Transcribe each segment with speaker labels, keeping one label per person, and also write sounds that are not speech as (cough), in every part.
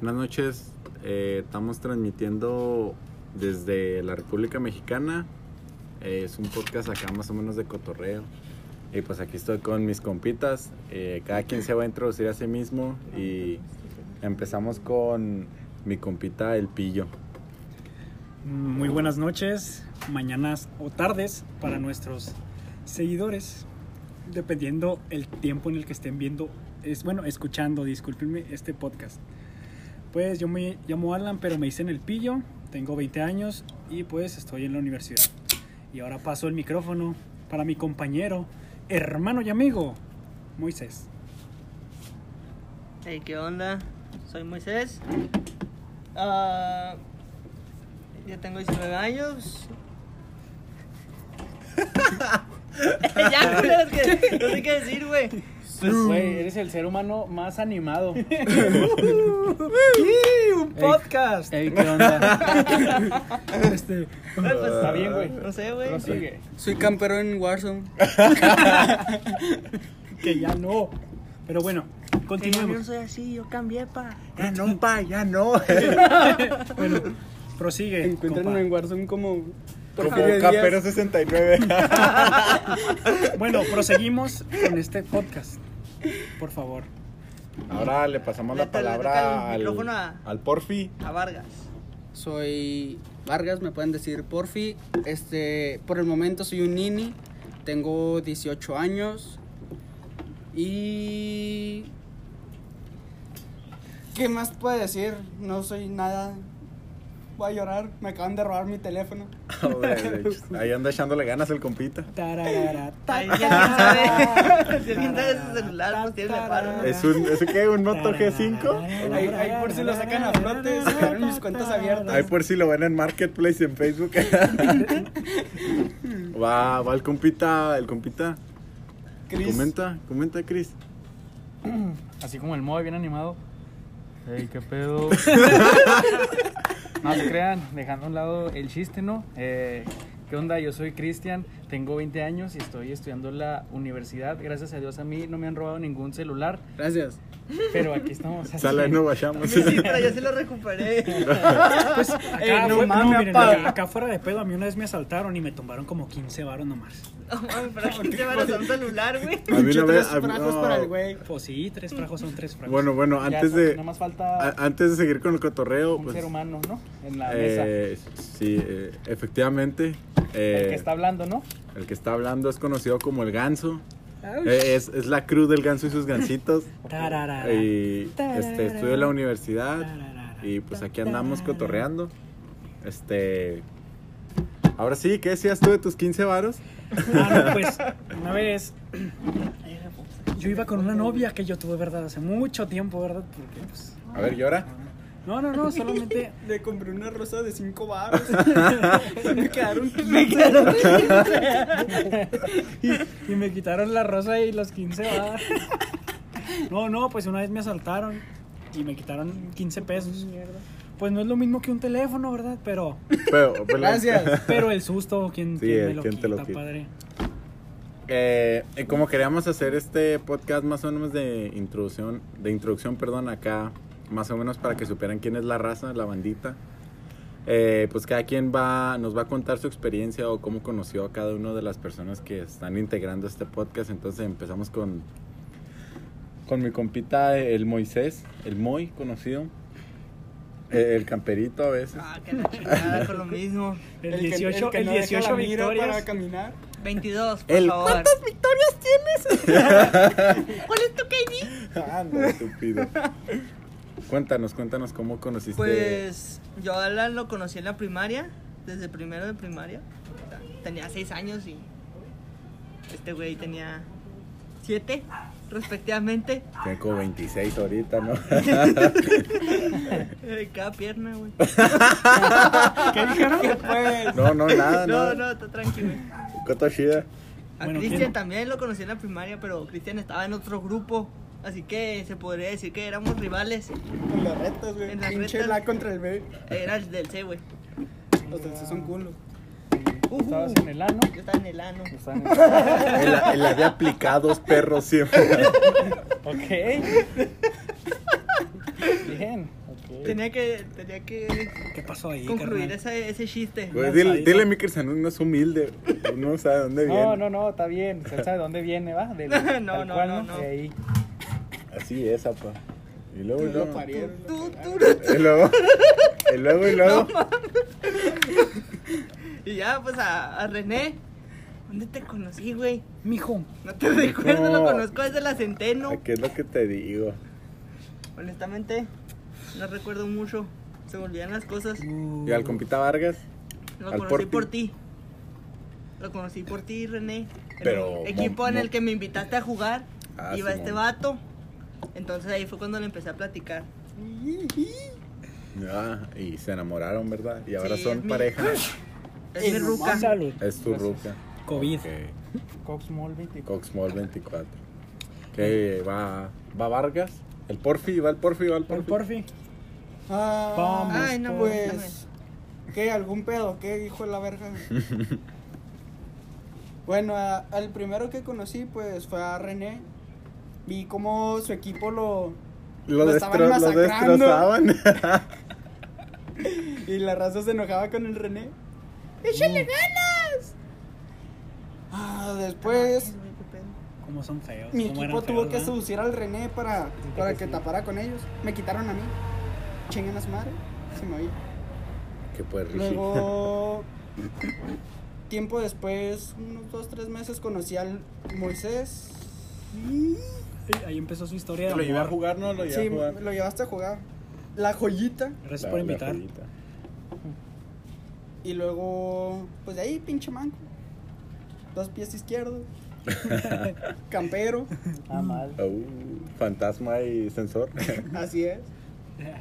Speaker 1: Buenas noches, eh, estamos transmitiendo desde la República Mexicana. Eh, es un podcast acá más o menos de cotorreo. Y pues aquí estoy con mis compitas. Eh, cada quien se va a introducir a sí mismo y empezamos con mi compita El Pillo.
Speaker 2: Muy buenas noches, mañanas o tardes para nuestros seguidores, dependiendo el tiempo en el que estén viendo, es bueno, escuchando, discúlpenme, este podcast. Pues yo me llamo Alan, pero me hice en el pillo, tengo 20 años y pues estoy en la universidad. Y ahora paso el micrófono para mi compañero, hermano y amigo, Moisés.
Speaker 3: Hey, ¿qué onda? Soy Moisés. Ah, ya tengo 19 años. (laughs) ya, culeros, que no sé qué decir, güey.
Speaker 4: Mm.
Speaker 5: Güey, eres el ser humano más animado.
Speaker 2: un podcast.
Speaker 5: Ey, ¿qué onda?
Speaker 2: (laughs) Este,
Speaker 3: Ay, pues,
Speaker 5: Está bien, güey.
Speaker 3: No sé, güey.
Speaker 5: Prosigue.
Speaker 4: (laughs) Soy campero en Warzone.
Speaker 2: que ya no. Pero bueno,
Speaker 3: Que yo no
Speaker 2: continuemos.
Speaker 3: soy así, yo cambié, pa.
Speaker 1: Ya no, pa, ya no.
Speaker 2: (laughs) Bueno, prosigue.
Speaker 4: Encuentran
Speaker 2: compa.
Speaker 4: en Warzone como.
Speaker 1: Como
Speaker 4: Porfirio Díaz.
Speaker 1: Capero 69.
Speaker 2: Bueno, proseguimos con este podcast. Por favor.
Speaker 1: (laughs) Ahora le pasamos
Speaker 3: Le
Speaker 1: la
Speaker 3: to- le toca
Speaker 1: palabra
Speaker 3: el
Speaker 1: al,
Speaker 3: micrófono a-
Speaker 1: al
Speaker 3: (laughs)
Speaker 1: Porfi.
Speaker 3: A Vargas.
Speaker 4: Soy Vargas, me pueden decir Porfi. Este, por el momento soy un nini. Tengo 18 años. Y. ¿Qué más puedo decir? No soy nada. Voy a llorar, me acaban de robar mi teléfono.
Speaker 1: Ahí anda echándole ganas el compita.
Speaker 2: Tararara,
Speaker 3: Ay,
Speaker 2: ta-
Speaker 3: si alguien sabe, si alguien sabe su celular, pues tiene el paro.
Speaker 1: ¿Es un, ¿es qué? ¿Un Moto G5?
Speaker 4: Ahí- ahí por si lo sacan a flote, sacaron mis cuentas abiertas.
Speaker 1: Ahí por si lo ven en Marketplace y en
Speaker 5: (laughs)
Speaker 1: Facebook. va, va el compita, el compita.
Speaker 4: Chris, (laughs)
Speaker 1: Comenta, comenta, Chris.
Speaker 5: Así como el Moe, bien animado. Ey, qué pedo.
Speaker 4: (laughs)
Speaker 5: No se crean, dejando a un lado el chiste, ¿no? Eh, ¿Qué onda? Yo soy Cristian, tengo 20 años y estoy estudiando en la universidad. Gracias a Dios a mí no me han robado ningún celular,
Speaker 4: Gracias.
Speaker 5: pero aquí estamos. así
Speaker 1: Sale,
Speaker 5: que-
Speaker 1: no vayamos. (laughs)
Speaker 3: Sí, pero yo sí lo recuperé. (laughs)
Speaker 2: Pues acá,
Speaker 4: Ey, Eh, no
Speaker 2: fue- no,
Speaker 4: mames,
Speaker 2: miren,
Speaker 4: apa.
Speaker 2: acá, acá fuera de pedo, a mí una vez me asaltaron y me tumbaron como 15 varos nomás.
Speaker 3: No mames, pero ¿quién se va a un celular,
Speaker 1: (laughs)
Speaker 3: güey?
Speaker 1: A mí
Speaker 4: Yo
Speaker 1: una vez-
Speaker 4: tres
Speaker 1: a mí-
Speaker 4: frajos
Speaker 1: no.
Speaker 4: para el güey.
Speaker 2: Pues sí, tres frajos son tres frajos.
Speaker 1: Bueno, bueno,
Speaker 5: Ya,
Speaker 1: antes
Speaker 5: pues,
Speaker 1: de,
Speaker 5: Nada más falta
Speaker 1: a- antes de seguir con el cotorreo,
Speaker 5: un
Speaker 1: pues,
Speaker 5: ser humano, ¿no? En la mesa.
Speaker 1: eh, sí, eh, efectivamente, eh,
Speaker 5: El que está hablando, ¿no?
Speaker 1: hablando es conocido como el ganso. Eh, es, es la cruz del ganso y sus
Speaker 5: (laughs)
Speaker 1: gansitos.
Speaker 2: Tararara,
Speaker 1: y este, estudio en la universidad
Speaker 2: tararara,
Speaker 1: y pues aquí
Speaker 2: tararara.
Speaker 1: andamos cotorreando. Este, ahora sí, ¿qué decías tú de tus 15 varos?
Speaker 2: Ah,
Speaker 1: (laughs)
Speaker 2: no, pues una vez yo iba con una novia que yo tuve, ¿verdad? Hace mucho tiempo, ¿verdad? Porque pues...
Speaker 1: A ver, llora.
Speaker 2: No, no, no, solamente...
Speaker 4: Le compré una rosa de 5 baros. me quedaron 15.
Speaker 2: Y me quitaron la rosa y los 15 baros. No, no, pues una vez me asaltaron y me quitaron 15 pesos. Pues no es lo mismo que un teléfono, ¿verdad?
Speaker 1: (laughs)
Speaker 2: Pero,
Speaker 1: Pero, pues, pero-
Speaker 4: Gracias.
Speaker 2: pero el susto, ¿quién,
Speaker 1: Sí,
Speaker 2: quién me
Speaker 1: el-
Speaker 2: lo
Speaker 1: ¿quién te
Speaker 2: quita,
Speaker 1: lo quita?
Speaker 2: padre?
Speaker 1: Eh, y como queríamos hacer este podcast más o menos de introducción, de introducción, perdón, acá, más o menos para que supieran quién es la raza, la bandita, eh, pues cada quien va, nos va a contar su experiencia o cómo conoció a cada una de las personas que están integrando este podcast. Entonces empezamos con, con mi compita, el Moisés, el Moy conocido, eh, el camperito a veces.
Speaker 3: (laughs) Ah, que la chingada con lo mismo.
Speaker 2: El,
Speaker 4: que-
Speaker 2: 18,
Speaker 4: que
Speaker 2: el
Speaker 4: no deja
Speaker 2: 18
Speaker 4: la mira
Speaker 2: victorias.
Speaker 4: para caminar.
Speaker 3: 22, por
Speaker 1: El- (laughs)
Speaker 3: favor. (laughs)
Speaker 1: Anda, estúpido. Cuéntanos, cuéntanos cómo conociste.
Speaker 3: Pues yo a Alan lo conocí en la primaria, desde primero de primaria. Tenía seis años y este güey tenía siete,
Speaker 1: (laughs)
Speaker 3: respectivamente.
Speaker 1: Tiene como 26 ahorita, ¿no? (laughs)
Speaker 3: Eh, Cada pierna, güey.
Speaker 4: Pues,
Speaker 1: No, no, nada,
Speaker 3: No,
Speaker 1: Ah, no.
Speaker 3: no, está tranquilo.
Speaker 1: Cota chida.
Speaker 3: A
Speaker 2: Bueno, ¿quién?
Speaker 3: Cristian también lo conocí en la primaria, pero Cristian estaba en otro grupo. Así que se podría decir que éramos rivales.
Speaker 4: en las retas, güey.
Speaker 3: En las
Speaker 4: Pinche
Speaker 3: retas.
Speaker 4: la contra el B.
Speaker 3: Era el del C, güey.
Speaker 4: Los del C son culos.
Speaker 3: Ujú.
Speaker 5: Estabas en el ano.
Speaker 3: Yo estaba en el ano.
Speaker 5: Estaba en el-
Speaker 1: En la, en la de aplicados, perros,
Speaker 4: (laughs)
Speaker 1: siempre.
Speaker 5: Ok. Bien, ok.
Speaker 3: Tenía que, tenía que
Speaker 2: ¿Qué pasó ahí?
Speaker 3: concluir
Speaker 2: carnal?
Speaker 3: ese, ese chiste.
Speaker 1: Güey,
Speaker 2: Una
Speaker 1: dile,
Speaker 2: alzadita.
Speaker 1: dile a Mikel Sanun, no es humilde. No sabe de dónde viene.
Speaker 5: No, no, no, está bien. ¿Usted sabe de dónde viene, va? Del-
Speaker 3: (laughs)
Speaker 5: tal
Speaker 3: No, no, no, no.
Speaker 5: De ahí.
Speaker 1: Así es, apa. Y luego, y
Speaker 4: Lo
Speaker 1: luego.
Speaker 4: parieron.
Speaker 3: Tú, tú, tú.
Speaker 1: Y luego, y luego, y luego.
Speaker 3: (laughs) Y ya, pues a, a René. ¿Dónde te conocí, güey?
Speaker 2: Mijo,
Speaker 3: No te recuerdo, lo
Speaker 1: No.
Speaker 3: conozco desde la Centeno.
Speaker 1: ¿Qué es lo que te digo?
Speaker 3: Honestamente, no recuerdo mucho. Se me olvidan las cosas.
Speaker 2: uh,
Speaker 1: ¿Y al compita Vargas?
Speaker 3: Lo
Speaker 1: Al
Speaker 3: conocí
Speaker 1: Porti.
Speaker 3: por ti. Lo conocí por ti, René. En
Speaker 1: Pero,
Speaker 3: el equipo
Speaker 1: mo-
Speaker 3: en
Speaker 1: mo-
Speaker 3: el que me invitaste a jugar,
Speaker 1: Ah,
Speaker 3: iba
Speaker 1: Simón.
Speaker 3: este vato. Entonces ahí fue cuando le empecé a platicar.
Speaker 1: Ah, y se enamoraron, ¿verdad? Y ahora
Speaker 3: Sí,
Speaker 1: son
Speaker 3: es mi-
Speaker 1: pareja.
Speaker 3: Es mi
Speaker 4: no
Speaker 3: ruca.
Speaker 4: mames.
Speaker 2: salud.
Speaker 1: Es tu ruca.
Speaker 2: COVID.
Speaker 1: Ok.
Speaker 5: Ah, Cox Mall 24.
Speaker 1: Cox Mall 24. Que va, va Vargas. El Porfi, va el Porfi, va el
Speaker 2: Por
Speaker 1: Porfi.
Speaker 2: porfi.
Speaker 4: Ah,
Speaker 2: Vamos,
Speaker 3: Ay, no,
Speaker 4: pues. ¿Qué? ¿Algún pedo? ¿Qué hijo de la verga? bueno, a- al primero que conocí, pues fue a René. Vi cómo su equipo lo.
Speaker 1: Lo,
Speaker 4: Lo estaban
Speaker 1: destro- lo
Speaker 4: masacrando.
Speaker 1: destrozaban. (laughs)
Speaker 4: Y la raza se enojaba con el René. ¡Échale ganas! Ah, después.
Speaker 3: Ay, güey, qué pedo.
Speaker 2: ¿Cómo son feos?
Speaker 4: Mi
Speaker 2: cómo
Speaker 4: equipo
Speaker 2: eran
Speaker 4: tuvo
Speaker 2: feos,
Speaker 4: que
Speaker 2: ¿verdad?
Speaker 4: seducir al René para,
Speaker 5: que
Speaker 4: para que
Speaker 5: sí.
Speaker 4: tapara con ellos. Me quitaron a mí. Chingan las madres. Se me oye.
Speaker 1: que pues Richie.
Speaker 4: Luego, tiempo después, unos dos, tres meses, conocí al Moisés.
Speaker 2: Sí, Ahí empezó su historia de
Speaker 1: Lo llevé a
Speaker 2: amor.
Speaker 1: jugar, ¿no? Lo llevé
Speaker 4: Sí,
Speaker 1: a jugar.
Speaker 4: lo llevaste a jugar. La joyita.
Speaker 2: Gracias
Speaker 1: La-
Speaker 2: por
Speaker 1: la
Speaker 2: invitar.
Speaker 1: joyita.
Speaker 4: Y luego, pues de ahí, pinche manco. Dos pies izquierdos. Campero.
Speaker 5: Ah, mal.
Speaker 1: Uh, fantasma y sensor. (laughs)
Speaker 4: Así es.
Speaker 2: (laughs)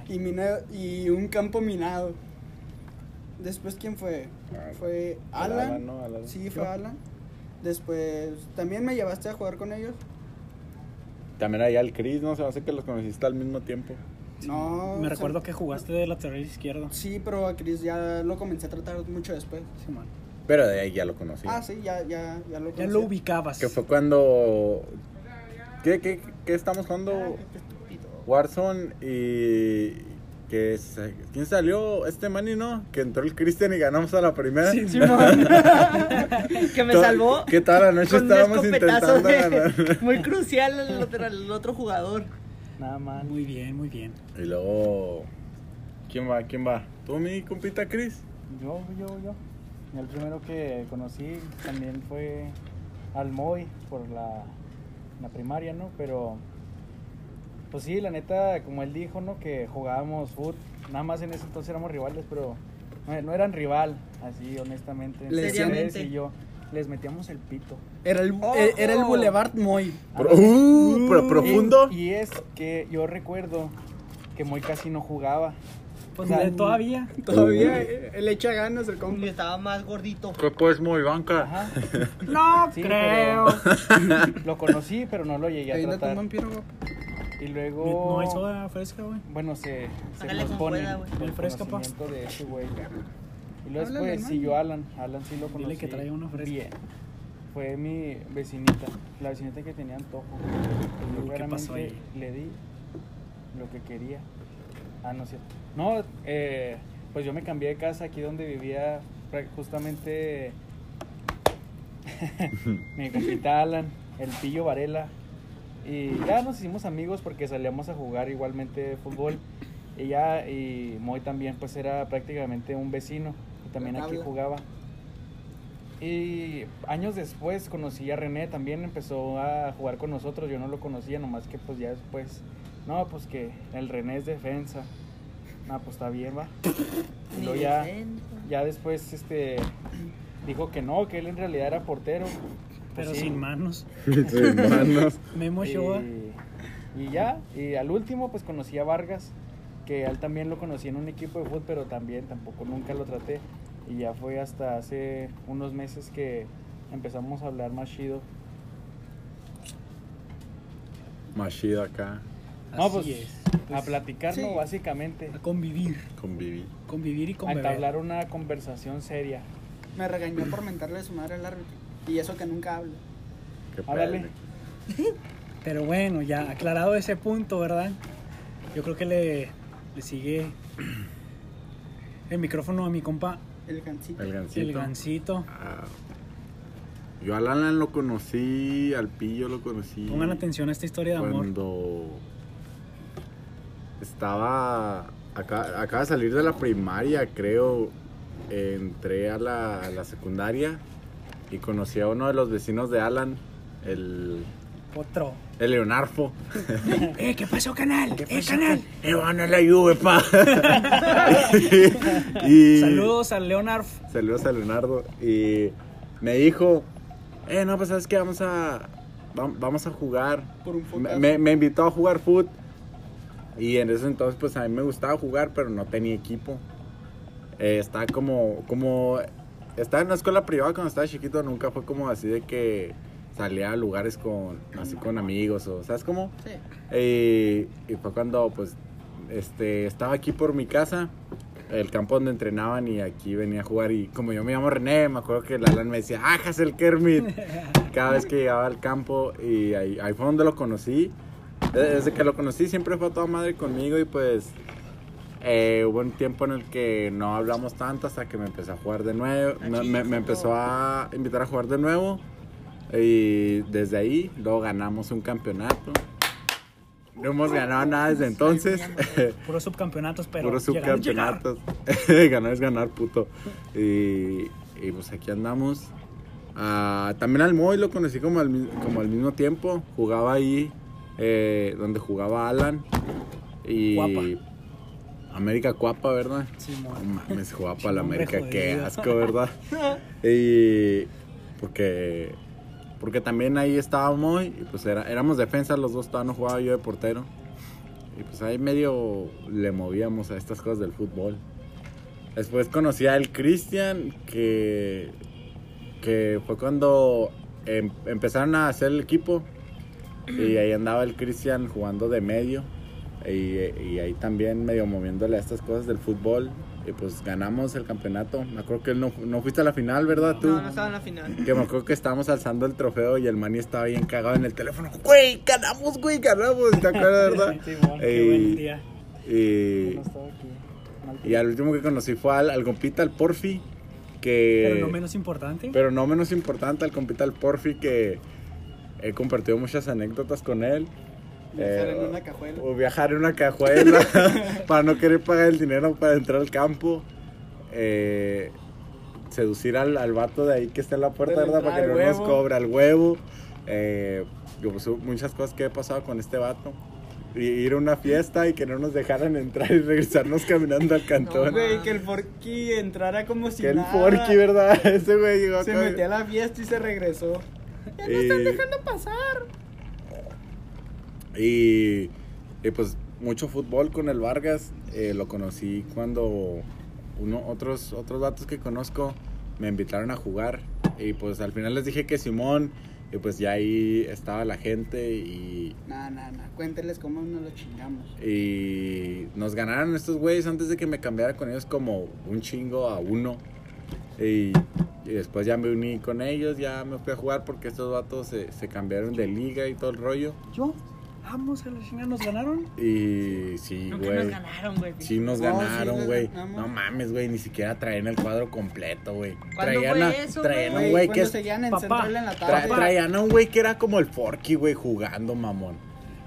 Speaker 4: Y, mina- y un campo minado. Después, ¿quién fue?
Speaker 1: Ah,
Speaker 4: Fue
Speaker 1: Alan,
Speaker 4: Alan.
Speaker 1: ¿no? Alan.
Speaker 4: Sí, fue Alan. Después, también me llevaste a jugar con ellos.
Speaker 1: También allá el Chris, ¿no? Se me hace que los conociste al mismo tiempo.
Speaker 4: No.
Speaker 2: Me
Speaker 4: se-
Speaker 2: recuerdo que jugaste de lateral izquierdo.
Speaker 4: Sí, pero a Chris ya lo comencé a tratar mucho después.
Speaker 2: Simón.
Speaker 1: Pero de ahí ya lo conocí.
Speaker 4: Ah, sí, ya, ya, ya lo
Speaker 2: Ya
Speaker 4: conocí.
Speaker 2: lo ubicabas.
Speaker 1: Que fue cuando. ¿Qué, qué, qué estamos jugando?
Speaker 3: Qué estúpido.
Speaker 1: Warzone y. Que se- ¿Quién salió? Este Manny, ¿no? Que entró el Christian y ganamos a la primera.
Speaker 2: Sí,
Speaker 4: Simón.
Speaker 3: (laughs) Que me
Speaker 1: To-
Speaker 3: salvó.
Speaker 1: Que toda la noche
Speaker 3: con un
Speaker 1: estábamos
Speaker 3: escopetazo
Speaker 1: intentando ganar.
Speaker 3: de- (laughs) muy crucial al otro, al otro jugador.
Speaker 5: Nada mal.
Speaker 2: Ah, Muy bien, muy bien.
Speaker 1: (laughs) Y luego. ¿Quién va? ¿Quién va? ¿Tú, mi compita Chris?
Speaker 5: Yo, yo, yo. El primero que conocí también fue al Moy por la, la primaria, ¿no? Pero, pues sí, la neta, como él dijo, ¿no? Que jugábamos foot. Nada más en ese entonces éramos rivales, pero no, no eran rival, así, honestamente.
Speaker 4: Le
Speaker 5: Entre
Speaker 4: decían-
Speaker 5: ustedes y yo les metíamos el pito.
Speaker 4: Era el, e- era el Boulevard Moy.
Speaker 1: Pro- ¡Uh! pero profundo.
Speaker 5: Y, y es que yo recuerdo que Moy casi no jugaba.
Speaker 2: Pues
Speaker 5: O sea,
Speaker 2: mira, todavía.
Speaker 4: Todavía
Speaker 1: Uh.
Speaker 4: eh, él echa ganas el compa.
Speaker 3: Y estaba más gordito.
Speaker 1: Que pues muy banca.
Speaker 5: Ajá.
Speaker 2: No
Speaker 5: Sí,
Speaker 2: creo. (laughs)
Speaker 5: pero lo conocí, pero no lo llegué a
Speaker 4: Ahí le
Speaker 5: tratar.
Speaker 4: toman piro, guapo.
Speaker 5: Y luego.
Speaker 2: No hay soda fresca, güey.
Speaker 5: Bueno, se, se
Speaker 3: Hágale con
Speaker 5: pospone
Speaker 3: cuerda, güey.
Speaker 5: el
Speaker 2: El fresca, pa.
Speaker 5: conocimiento de ese güey. Y luego
Speaker 4: Háblale,
Speaker 5: después
Speaker 4: man.
Speaker 5: siguió Alan. Alan sí lo
Speaker 2: Dile
Speaker 5: conocí.
Speaker 2: que traiga una fresca.
Speaker 5: Bien. Fue mi vecinita, la vecinita que tenía antojo. Pues yo
Speaker 2: Uh, ¿qué
Speaker 5: claramente
Speaker 2: pasó ahí?
Speaker 5: Le di lo que quería. Ah, no es cierto. No, eh, pues yo me cambié de casa aquí donde vivía pra- justamente mi compita Alan, el pillo Varela. Y ya nos hicimos amigos porque salíamos a jugar igualmente fútbol. Y ya, y Moy también pues era prácticamente un vecino. Y también aquí
Speaker 4: Habla.
Speaker 5: jugaba. Y años después conocí a René, también empezó a jugar con nosotros, yo no lo conocía, nomás que pues ya después, no, pues que el René es defensa. No, pues está bien, va. Y
Speaker 3: Ni
Speaker 5: luego ya,
Speaker 3: decente.
Speaker 1: (laughs)
Speaker 5: ya después este, dijo que no, que él en realidad era portero. Pues,
Speaker 2: Pero
Speaker 5: sí.
Speaker 2: sin manos.
Speaker 1: Sin manos.
Speaker 2: Memo
Speaker 5: Y-
Speaker 2: Showa.
Speaker 5: Y ya, y al último pues conocí a Vargas, que a él también lo conocí en un equipo de fútbol, pero también tampoco nunca lo traté. Y ya fue hasta hace unos meses que empezamos a hablar más chido.
Speaker 1: Más chido acá.
Speaker 5: No,
Speaker 2: Así
Speaker 5: pues,
Speaker 2: es.
Speaker 5: a platicarnos
Speaker 4: sí.
Speaker 5: básicamente,
Speaker 2: A convivir.
Speaker 1: Conviví.
Speaker 2: Convivir y
Speaker 5: a
Speaker 2: convivir.
Speaker 5: entablar una conversación seria.
Speaker 4: Me regañó por mentarle a su madre al árbitro. Y eso que nunca habla.
Speaker 1: Qué
Speaker 5: Háblale.
Speaker 1: padre.
Speaker 2: Pero bueno, ya aclarado ese punto, ¿verdad? Yo creo que le Le sigue el micrófono a mi compa,
Speaker 4: El gancito.
Speaker 1: El
Speaker 2: el
Speaker 1: gancito.
Speaker 2: Gancito.
Speaker 1: Ah. Yo al Alan lo conocí, al Pillo lo conocí.
Speaker 2: Pongan atención a esta historia de amor.
Speaker 1: Cuando estaba. Acá, acaba de salir de la primaria, creo. Entré a la, a la secundaria y conocí a uno de los vecinos de Alan, el, (laughs)
Speaker 2: Otro.
Speaker 1: el Leonarfo.
Speaker 2: ¡Eh, qué pasó, canal! ¡Eh, canal!
Speaker 1: ¡Eh, van a la Juve, pa! (laughs) y,
Speaker 2: Saludos a Leonard.
Speaker 1: Saludos a Leonardo. Y me dijo, eh, no, pues sabes que vamos a, vam- vamos a jugar.
Speaker 4: Por un fotazo.
Speaker 1: Me, me- me invitó a jugar foot. Y en ese entonces, pues a mí me gustaba jugar, pero no tenía equipo. Eh, estaba como, como, estaba en una escuela privada cuando estaba chiquito, nunca fue como así de que salía a lugares con, así con amigos o, ¿sabes cómo?
Speaker 4: Sí.
Speaker 1: Y, y fue cuando pues este, estaba aquí por mi casa, el campo donde entrenaban y aquí venía a jugar y como yo me llamo René, me acuerdo que el Alan me decía, ah, el Kermit, cada vez que llegaba al campo y ahí, ahí fue donde lo conocí. De- Desde que lo conocí siempre fue a toda madre conmigo y pues eh, hubo un tiempo en el que no hablamos tanto hasta que me empezó a jugar de nuevo, me, me- me empezó a invitar a jugar de nuevo y desde ahí luego ganamos un campeonato. No hemos ganado nada desde entonces.
Speaker 2: Puros subcampeonatos, pero.
Speaker 1: Puros
Speaker 2: llegar es llegar.
Speaker 1: subcampeonatos. (laughs) ganar es ganar, puto. Y, y, pues aquí andamos. Ah, también al Moy lo conocí como al, mi- como al mismo tiempo. Jugaba ahí eh, donde jugaba Alan. Y
Speaker 2: Cuapa.
Speaker 1: América Cuapa, ¿verdad? No
Speaker 2: Simón.
Speaker 1: mames, jugaba para la
Speaker 2: (laughs) Hombre
Speaker 1: América, qué
Speaker 2: jodido.
Speaker 1: asco, ¿verdad? Y porque porque también ahí estaba Moy y pues era, éramos defensas los dos, todavía no jugaba yo de portero. Y pues ahí medio le movíamos a estas cosas del fútbol. Después conocí al Cristian que que fue cuando em- empezaron a hacer el equipo y ahí andaba el Cristian jugando de medio y, y ahí también medio moviéndole a estas cosas del fútbol y pues ganamos el campeonato. Me acuerdo que él no, no fuiste a la final, ¿verdad? Tú.
Speaker 3: No, no estaba en la final.
Speaker 1: Que me acuerdo que estábamos alzando el trofeo y el maní estaba bien cagado en el teléfono. Güey, ganamos, güey, ganamos. ¿Te acuerdas, verdad?
Speaker 2: (laughs)
Speaker 5: Simón,
Speaker 1: Eh,
Speaker 2: Qué buen día.
Speaker 1: Y,
Speaker 5: no estaba aquí. Mal
Speaker 1: y al último que conocí fue al, al compita, al Porfi. Que,
Speaker 2: Pero no menos importante.
Speaker 1: Pero no menos importante, al compita al Porfi, que he compartido muchas anécdotas con él.
Speaker 4: Viajar
Speaker 1: Eh,
Speaker 4: en una cajuela.
Speaker 1: O viajar en una
Speaker 4: (laughs)
Speaker 1: cajuela para no querer pagar el dinero para entrar al campo. Eh, seducir al, al vato de ahí que está en la puerta,
Speaker 4: De la
Speaker 1: ¿verdad? Para que no
Speaker 4: entrada, el
Speaker 1: nos
Speaker 4: huevo.
Speaker 1: cobre al huevo. Eh, yo, pues, muchas cosas que he pasado con este vato. Y ir a una fiesta y que no nos dejaran entrar y regresarnos caminando al cantón.
Speaker 3: No,
Speaker 4: Güey, que el Forky entrara como si
Speaker 1: que el
Speaker 4: nada.
Speaker 1: porqui, ¿verdad? (laughs) Ese güey llegó
Speaker 4: Se
Speaker 1: acá.
Speaker 4: metió a la fiesta y se regresó.
Speaker 1: Y... están dejando pasar. Y, y, pues mucho fútbol con el Vargas. eh, lo conocí cuando uno, otros, otros vatos que conozco me invitaron a jugar. Y pues al final les dije que Simón. Y pues ya ahí estaba la gente y,
Speaker 4: Nah, nah, nah. Cuéntenles cómo nos lo chingamos.
Speaker 1: y nos ganaron estos güeyes antes de que me cambiara con ellos como un chingo a uno. Y, y después ya me uní con ellos, ya me fui a jugar porque estos vatos se, se cambiaron de liga y todo el rollo.
Speaker 2: Yo. Vamos a la chingada, nos ganaron.
Speaker 1: Y sí,
Speaker 3: Nunca nos
Speaker 1: güey.
Speaker 3: ganaron, güey.
Speaker 1: Sí nos
Speaker 4: No, sí,
Speaker 1: ganaron,
Speaker 4: les
Speaker 1: güey.
Speaker 4: ganamos.
Speaker 1: no mames, güey, ni siquiera traían el cuadro completo, güey.
Speaker 3: fue
Speaker 1: Traían, a-
Speaker 3: eso,
Speaker 1: traían a
Speaker 4: Güey,
Speaker 1: un güey que
Speaker 4: cuando
Speaker 1: es-
Speaker 4: seguían en
Speaker 2: Papá.
Speaker 4: Central en la
Speaker 1: tra-
Speaker 4: tarde.
Speaker 1: traían a un güey que era como el Forky, güey, jugando, mamón.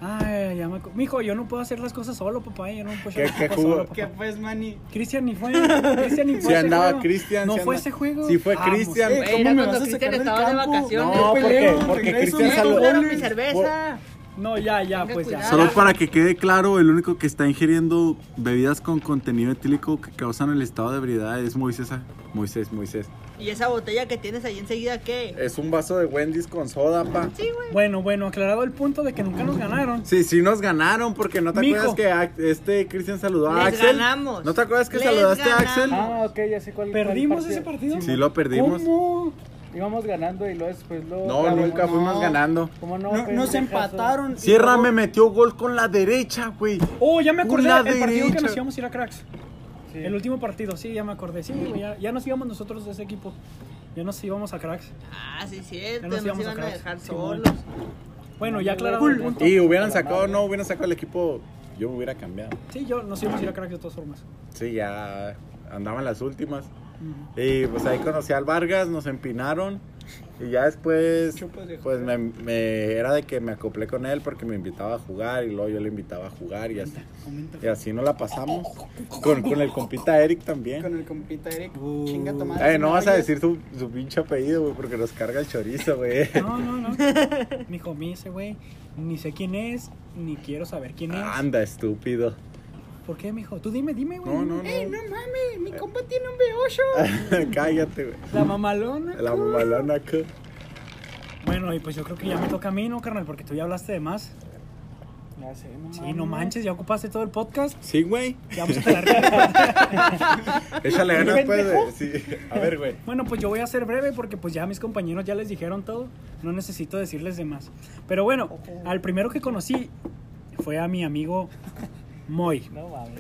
Speaker 2: Ay, Ah, ya me. acu- Mijo, yo no puedo hacer las cosas solo, papá. Yo no puedo hacer
Speaker 1: ¿Qué-
Speaker 2: las
Speaker 1: qué
Speaker 2: cosas
Speaker 1: jugó?
Speaker 2: solo, papá.
Speaker 4: que pues, Manny.
Speaker 2: Cristian
Speaker 1: (laughs)
Speaker 2: ni fue. Cristian ni fue.
Speaker 1: Si
Speaker 2: ese
Speaker 1: andaba
Speaker 2: juego.
Speaker 1: Cristian.
Speaker 2: No
Speaker 1: si
Speaker 2: fue
Speaker 1: anda-
Speaker 2: ese juego.
Speaker 1: Sí fue
Speaker 2: Vamos.
Speaker 1: Cristian.
Speaker 4: Eh, ¿Cómo
Speaker 3: Era cuando
Speaker 4: me vas a
Speaker 3: Cristian
Speaker 4: sacar del
Speaker 3: estaba de
Speaker 4: campo?
Speaker 3: vacaciones.
Speaker 1: No, porque,
Speaker 4: peleo,
Speaker 1: porque
Speaker 4: regreso,
Speaker 1: Cristian
Speaker 4: me
Speaker 1: saludó.
Speaker 3: compraron mi cerveza.
Speaker 2: No, ya, ya,
Speaker 3: Tenga
Speaker 2: pues ya.
Speaker 3: cuidado. Solo
Speaker 1: para que quede claro, el único que está ingiriendo bebidas con contenido etílico que causan el estado de ebriedad es Moisés. Moisés, Moisés.
Speaker 3: ¿Y esa botella que tienes ahí enseguida qué?
Speaker 1: Es un vaso de Wendy's con soda, pa.
Speaker 3: Sí, güey.
Speaker 2: Bueno, bueno, aclarado el punto de que nunca nos ganaron.
Speaker 1: Sí, sí nos ganaron porque no te
Speaker 2: Mijo.
Speaker 1: acuerdas que a- este Cristian saludó a
Speaker 3: Les
Speaker 1: Axel.
Speaker 3: ganamos.
Speaker 1: ¿No te acuerdas que
Speaker 3: Les
Speaker 1: saludaste
Speaker 3: ganamos.
Speaker 1: a Axel?
Speaker 5: Ah, ok, ya sé cuál cuál
Speaker 2: ¿Perdimos ese partido?
Speaker 1: Sí lo perdimos.
Speaker 2: ¿Cómo?
Speaker 5: Íbamos ganando y luego después lo.
Speaker 1: No,
Speaker 5: la-
Speaker 1: nunca
Speaker 4: no.
Speaker 1: fuimos ganando.
Speaker 5: ¿Cómo no?
Speaker 4: No, nos
Speaker 5: pendejazo?
Speaker 4: empataron. y
Speaker 1: Sierra
Speaker 4: luego-
Speaker 1: me metió gol con la derecha, güey.
Speaker 2: Oh, ya me acordé
Speaker 1: Una
Speaker 2: el partido que
Speaker 1: derecha.
Speaker 2: nos íbamos a ir a cracks.
Speaker 5: Sí.
Speaker 2: El último partido, sí, ya me acordé. Sí, güey, ya, ya nos íbamos nosotros de ese equipo. Ya nos íbamos a cracks.
Speaker 3: Ah, sí, es cierto.
Speaker 2: Ya
Speaker 3: Nos
Speaker 2: nos íbamos a
Speaker 3: iban a
Speaker 2: acabar.
Speaker 3: dejar
Speaker 2: Simón.
Speaker 3: solos.
Speaker 2: Bueno, ya aclarado el punto.
Speaker 1: Y hubieran sacado, no, hubieran sacado el equipo yo me hubiera cambiado.
Speaker 2: Sí, yo nos íbamos a ir a Caracas de todas formas.
Speaker 1: Sí, ya andaban las últimas. Y pues ahí conocí al Vargas, nos empinaron. Y ya después,
Speaker 4: Chupas de
Speaker 1: pues me, me- era de que me acoplé con él porque me invitaba a jugar y luego yo le invitaba a jugar y así. Y así nos la pasamos. Con, con el compita Eric
Speaker 4: Con
Speaker 1: también.
Speaker 4: el compita Eric.
Speaker 2: Uh.
Speaker 4: Chinga tu madre,
Speaker 1: Eh, no
Speaker 4: me
Speaker 1: vas a
Speaker 4: oyes.
Speaker 1: decir su, su pinche apellido, güey, porque nos carga el chorizo, güey.
Speaker 2: No, no,
Speaker 3: (laughs)
Speaker 2: no. Mi homie ese güey, ni sé quién es, ni quiero saber quién es.
Speaker 1: Anda, estúpido. (laughs)
Speaker 2: ¿Por qué, mijo? Tú dime, dime, güey.
Speaker 1: Ah, No, no, no.
Speaker 4: Ey, no mames, mi compa tiene un B8.
Speaker 1: Cállate, güey.
Speaker 2: La mamalona.
Speaker 1: La mamalona acá.
Speaker 2: Bueno, y pues yo creo que ya me toca a mí, ¿no, carnal? Porque tú ya hablaste de más.
Speaker 5: Ya sé, no
Speaker 2: Sí,
Speaker 5: mames.
Speaker 2: no manches, ya ocupaste todo el podcast.
Speaker 1: Sí, güey.
Speaker 2: Ya vamos a tener
Speaker 1: Échale ganas, pues,
Speaker 2: ¿Pendejo?
Speaker 1: güey. Sí. A ver, güey.
Speaker 2: Bueno, pues yo voy a ser breve porque pues ya mis compañeros ya les dijeron todo. No necesito decirles de más. Pero bueno, al primero que conocí fue a mi amigo Moy.
Speaker 5: No mames.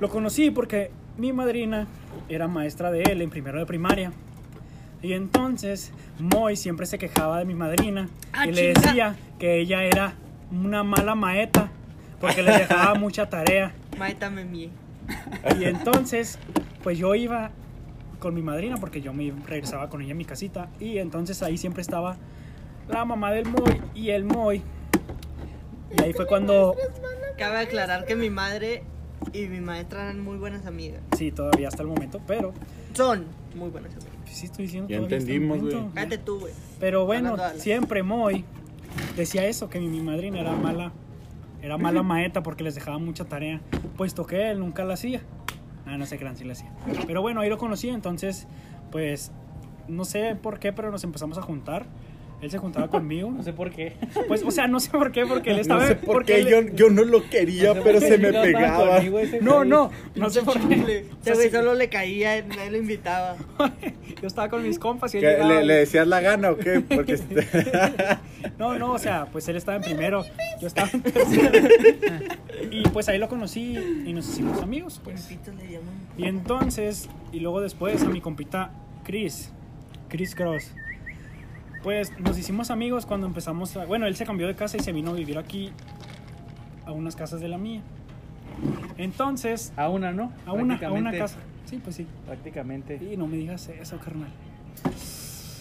Speaker 2: Lo conocí porque mi madrina era maestra de él en primero de primaria. Y entonces Moy siempre se quejaba de mi madrina
Speaker 3: Ah,
Speaker 2: y le
Speaker 3: chinga.
Speaker 2: decía que ella era una mala maeta porque le
Speaker 3: (laughs)
Speaker 2: dejaba mucha tarea.
Speaker 3: Maeta me mié.
Speaker 2: Y entonces, pues yo iba con mi madrina porque yo me regresaba con ella a mi casita y entonces ahí siempre estaba la mamá del Moy y el Moy. Y ahí fue cuando
Speaker 3: Cabe aclarar que mi madre y mi maestra eran muy buenas amigas.
Speaker 2: sí, todavía hasta el momento, pero
Speaker 3: Son muy buenas amigas.
Speaker 2: pues, sí estoy diciendo
Speaker 1: Ya
Speaker 2: todavía hasta el
Speaker 1: entendimos, güey.
Speaker 2: momento.
Speaker 3: Cállate tú, güey.
Speaker 2: Pero bueno,
Speaker 3: Hablando de Alan.
Speaker 2: siempre Moy decía eso, que mi, mi madrina era mala, era mala maeta porque les dejaba mucha tarea, puesto que él nunca la hacía. Ah, no sé qué si la hacía. Pero bueno, ahí lo conocí, entonces, pues, no sé por qué, pero nos empezamos a juntar. Él se juntaba conmigo.
Speaker 5: No sé por qué.
Speaker 2: Pues, o sea, no sé por qué, porque él estaba...
Speaker 1: no sé por qué
Speaker 2: él-
Speaker 1: yo, yo no lo quería,
Speaker 5: No sé
Speaker 1: pero
Speaker 5: por qué
Speaker 1: se me
Speaker 5: chingado estaba
Speaker 1: pegaba.
Speaker 5: conmigo ese
Speaker 2: No,
Speaker 5: güey.
Speaker 2: no, no sé por qué. O
Speaker 3: Este
Speaker 2: sea,
Speaker 3: güey
Speaker 2: sí,
Speaker 3: solo le caía, nadie lo invitaba.
Speaker 2: yo estaba con mis compas y
Speaker 1: ¿Qué,
Speaker 2: él llegaba,
Speaker 1: ¿Le,
Speaker 2: güey.
Speaker 1: le decías la gana o
Speaker 2: (laughs)
Speaker 1: qué? Porque este,
Speaker 2: No, no, o sea, pues él estaba en primero, yo estaba en tercero. Y pues ahí lo conocí y nos hicimos amigos, pues.
Speaker 3: Pito le llaman.
Speaker 2: Y entonces, y luego después a mi compita Chris, Chris Cross. Pues nos hicimos amigos cuando empezamos a- Bueno, él se cambió de casa y se vino a vivir aquí a unas casas de la mía. Entonces,
Speaker 5: A una, ¿no?
Speaker 2: a una, a una
Speaker 5: Prácticamente-
Speaker 2: casa. Sí, pues sí.
Speaker 5: Prácticamente.
Speaker 2: Y no me digas eso, carnal.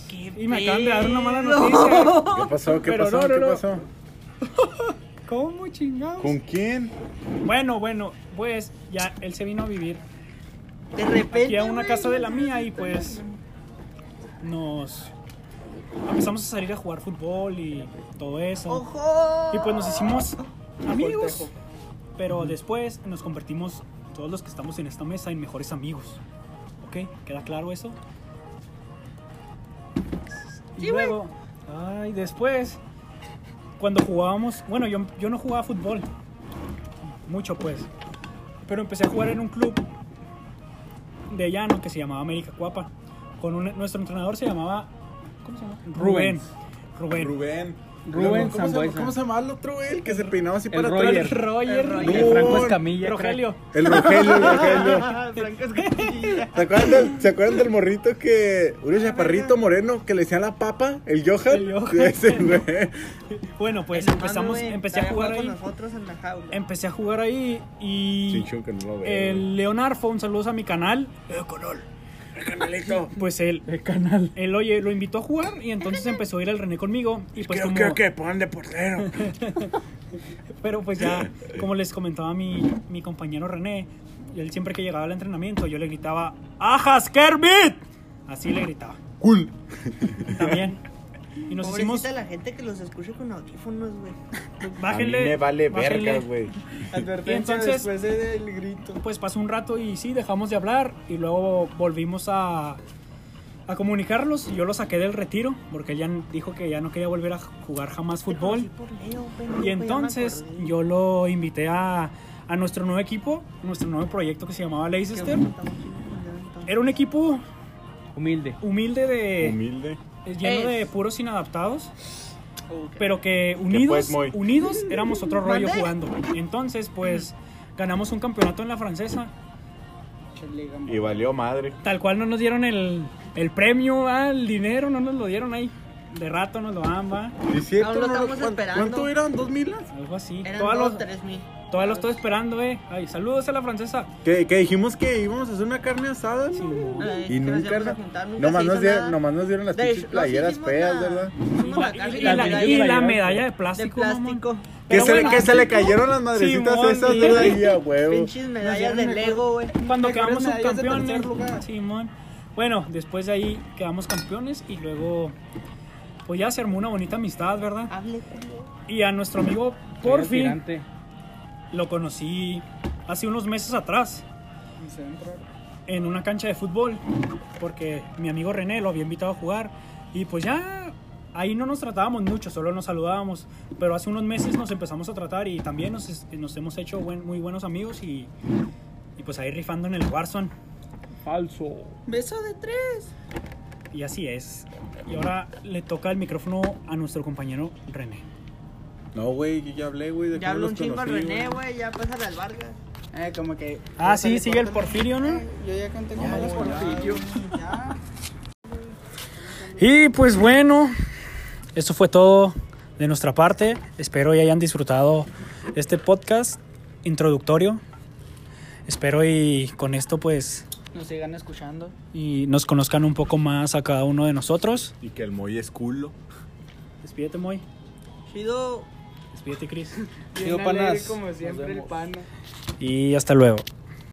Speaker 3: ¿Qué
Speaker 2: Y me acaban de dar una mala
Speaker 3: pedo?
Speaker 2: noticia.
Speaker 1: ¿Qué pasó? ¿Qué
Speaker 2: Pero
Speaker 1: pasó?
Speaker 2: no, no,
Speaker 1: ¿Qué
Speaker 2: no.
Speaker 1: pasó?
Speaker 2: ¿Cómo chingados?
Speaker 1: ¿Con quién?
Speaker 2: Bueno, bueno, pues ya él se vino a vivir
Speaker 3: De repente.
Speaker 2: aquí a una
Speaker 3: güey,
Speaker 2: casa de la mía y pues nos empezamos a salir a jugar fútbol y todo eso.
Speaker 3: ¡Ojo!
Speaker 2: Y pues nos hicimos amigos. Pero después nos convertimos, todos los que estamos en esta mesa, en mejores amigos. ¿Ok? ¿Queda claro eso? Y
Speaker 3: Sí, güey.
Speaker 2: luego, ay, después, cuando jugábamos, bueno, yo, yo no jugaba fútbol, mucho pues, pero empecé a jugar en un club de llano que se llamaba América Cuapa. Con un- nuestro entrenador se llamaba, ¿cómo se llama?
Speaker 5: Rubén.
Speaker 2: Rubén. Rubén.
Speaker 1: Rubén.
Speaker 5: Rubén
Speaker 1: ¿Cómo, se,
Speaker 5: Sambuesa.
Speaker 1: ¿Cómo se llamaba el otro, güey? El que se peinaba así
Speaker 5: El
Speaker 1: para
Speaker 5: Roger.
Speaker 1: atrás.
Speaker 2: Roger,
Speaker 3: El
Speaker 1: Roger.
Speaker 2: Roger.
Speaker 5: El Franco Escamilla. creo.
Speaker 2: Rogelio.
Speaker 1: El Rogelio, el
Speaker 2: (laughs)
Speaker 1: Rogelio.
Speaker 2: Ah,
Speaker 3: Franco Escamilla.
Speaker 1: ¿Se acuerdan, del, ¿Se acuerdan del morrito que. Un chaparrito moreno que le decían la papa? El Johan.
Speaker 2: El Johan.
Speaker 1: Sí,
Speaker 2: (laughs)
Speaker 1: Ese, güey.
Speaker 2: Bueno, pues
Speaker 3: El mame,
Speaker 2: empezamos,
Speaker 3: güey,
Speaker 2: empecé a
Speaker 3: había
Speaker 2: jugar
Speaker 3: jugado
Speaker 2: ahí. Em,
Speaker 3: con nosotros en la jaula.
Speaker 2: Empecé a jugar ahí y
Speaker 1: Chinchón que no lo veo.
Speaker 2: el Leonardo, un saludo a mi canal. El canal.
Speaker 1: canalito.
Speaker 2: Pues él,
Speaker 5: El canal.
Speaker 2: él oye, lo invitó a jugar y entonces empezó a ir al René conmigo y pues
Speaker 1: creo,
Speaker 2: como,
Speaker 1: creo que ponen de
Speaker 2: (laughs)
Speaker 1: portero.
Speaker 2: pero pues
Speaker 1: (laughs)
Speaker 2: ya, como les comentaba mi, mi compañero René, él siempre que llegaba al entrenamiento yo le gritaba ¡Ajas Kermit! Así le gritaba.
Speaker 1: Cool.
Speaker 2: También. Y nos
Speaker 3: Pobrecita
Speaker 2: hicimos
Speaker 3: la gente que los escuche con audífonos, güey.
Speaker 2: (laughs) bájenle.
Speaker 1: a mí me vale
Speaker 2: bájenle.
Speaker 1: verga, güey.
Speaker 2: Y
Speaker 4: Advertencia
Speaker 2: entonces-
Speaker 4: después del grito.
Speaker 2: Pues pasó un rato y sí, dejamos de hablar y luego volvimos a, a comunicarlos. Yo lo saqué del retiro porque él ya dijo que ya no quería volver a jugar jamás
Speaker 3: Sí,
Speaker 2: fútbol.
Speaker 3: por Leo, pendejo,
Speaker 2: Y
Speaker 3: ya me
Speaker 2: entonces
Speaker 3: acordé.
Speaker 2: yo lo invité a, a nuestro nuevo equipo, nuestro nuevo proyecto que se llamaba
Speaker 3: Qué
Speaker 2: Leicester.
Speaker 3: bueno, estamos chingando, entonces.
Speaker 2: Era un equipo
Speaker 5: Humilde.
Speaker 2: humilde de...
Speaker 1: Humilde.
Speaker 2: lleno de
Speaker 3: Es.
Speaker 2: puros inadaptados.
Speaker 3: Ok.
Speaker 2: Pero que unidos,
Speaker 1: pues, Moy?
Speaker 2: unidos éramos otro rollo
Speaker 3: ¿Mandé?
Speaker 2: jugando. Entonces, pues ganamos un campeonato en la francesa
Speaker 4: Chale, gamba.
Speaker 1: Y valió madre.
Speaker 2: Tal cual no nos dieron el, el premio, ah, el dinero, no nos lo dieron ahí. De rato nos lo dan, va.
Speaker 1: ¿Y cierto?
Speaker 3: Aún lo
Speaker 1: no,
Speaker 3: estamos
Speaker 1: ¿cuán-
Speaker 3: esperando.
Speaker 1: ¿Cuánto eran? ¿Dos milas?
Speaker 2: Algo así.
Speaker 3: Eran
Speaker 2: Todos
Speaker 3: dos,
Speaker 2: los,
Speaker 3: tres mil.
Speaker 2: Todavía lo estoy esperando, eh. Ay, saludos a la francesa.
Speaker 1: Que, que dijimos que íbamos a hacer una carne asada, ¿no?
Speaker 3: Ay,
Speaker 1: y
Speaker 3: Ah, que nos
Speaker 1: nunca,
Speaker 3: íbamos a juntar, nunca
Speaker 1: nomás,
Speaker 3: se
Speaker 1: nos
Speaker 3: hizo
Speaker 1: dieron,
Speaker 3: nada.
Speaker 1: nomás nos dieron las
Speaker 3: De
Speaker 1: pinches
Speaker 3: hecho, no,
Speaker 1: playeras
Speaker 3: sí hicimos
Speaker 1: feas,
Speaker 3: la-
Speaker 1: ¿verdad?
Speaker 2: (laughs)
Speaker 3: hicimos la
Speaker 2: Y-
Speaker 3: carne
Speaker 2: y, la,
Speaker 3: medalla
Speaker 2: y la
Speaker 5: de
Speaker 2: medalla de
Speaker 3: de
Speaker 2: plástico. mamón.
Speaker 3: plástico.
Speaker 1: Que
Speaker 2: Pero
Speaker 1: se,
Speaker 2: bueno,
Speaker 1: que se le cayeron las madrecitas
Speaker 2: Simón,
Speaker 1: esas,
Speaker 2: y-
Speaker 1: ¿verdad? Y a huevo.
Speaker 3: Pinches medallas
Speaker 4: dieron
Speaker 3: de
Speaker 4: mejor-
Speaker 3: Lego, güey.
Speaker 2: Cuando
Speaker 4: Mejores
Speaker 2: quedamos
Speaker 4: medallas de tercer
Speaker 2: subcampeones.
Speaker 4: lugar.
Speaker 2: Simón. Bueno, después de ahí quedamos campeones y luego. Pues ya se armó una bonita amistad, ¿verdad?
Speaker 3: Hable. Ah.
Speaker 2: Y a nuestro amigo
Speaker 5: Soy
Speaker 2: Porfi
Speaker 5: aspirante.
Speaker 2: lo conocí hace unos meses atrás en una cancha de fútbol porque mi amigo René lo había invitado a jugar y pues ya ahí no nos tratábamos mucho, solo nos saludábamos, pero hace unos meses nos empezamos a tratar y también nos, es- nos hemos hecho buen- muy buenos amigos y, y pues ahí rifando en el Warzone
Speaker 5: Falso.
Speaker 4: Beso de tres.
Speaker 2: y así es. Y ahora le toca el micrófono a nuestro compañero René.
Speaker 1: No, güey, yo ya hablé, güey. de
Speaker 3: Ya
Speaker 1: cómo
Speaker 3: habló
Speaker 1: los
Speaker 3: un chingo al
Speaker 1: conocí,
Speaker 3: René,
Speaker 1: güey.
Speaker 3: güey. Ya pásale al Vargas.
Speaker 4: Eh, como que.
Speaker 2: Ah,
Speaker 4: ya
Speaker 2: sí,
Speaker 4: sale
Speaker 2: sigue el
Speaker 4: cortando.
Speaker 2: Porfirio, ¿no?
Speaker 4: Eh, Yo ya conté como
Speaker 2: (laughs)
Speaker 4: los
Speaker 3: Porfirio.
Speaker 4: Ya.
Speaker 2: Y pues bueno, esto fue todo de nuestra parte. Espero y hayan disfrutado este podcast introductorio. Espero y con esto pues
Speaker 4: Nos sigan escuchando.
Speaker 2: y nos conozcan un poco más a cada uno de nosotros.
Speaker 1: Y que el Moy es culo.
Speaker 2: Despídete, Moy.
Speaker 3: Chido.
Speaker 2: Despídete, Cris.
Speaker 4: Digo, panas,
Speaker 5: como
Speaker 4: nos
Speaker 5: siempre el
Speaker 4: vemos.
Speaker 5: pana.
Speaker 2: Y hasta luego.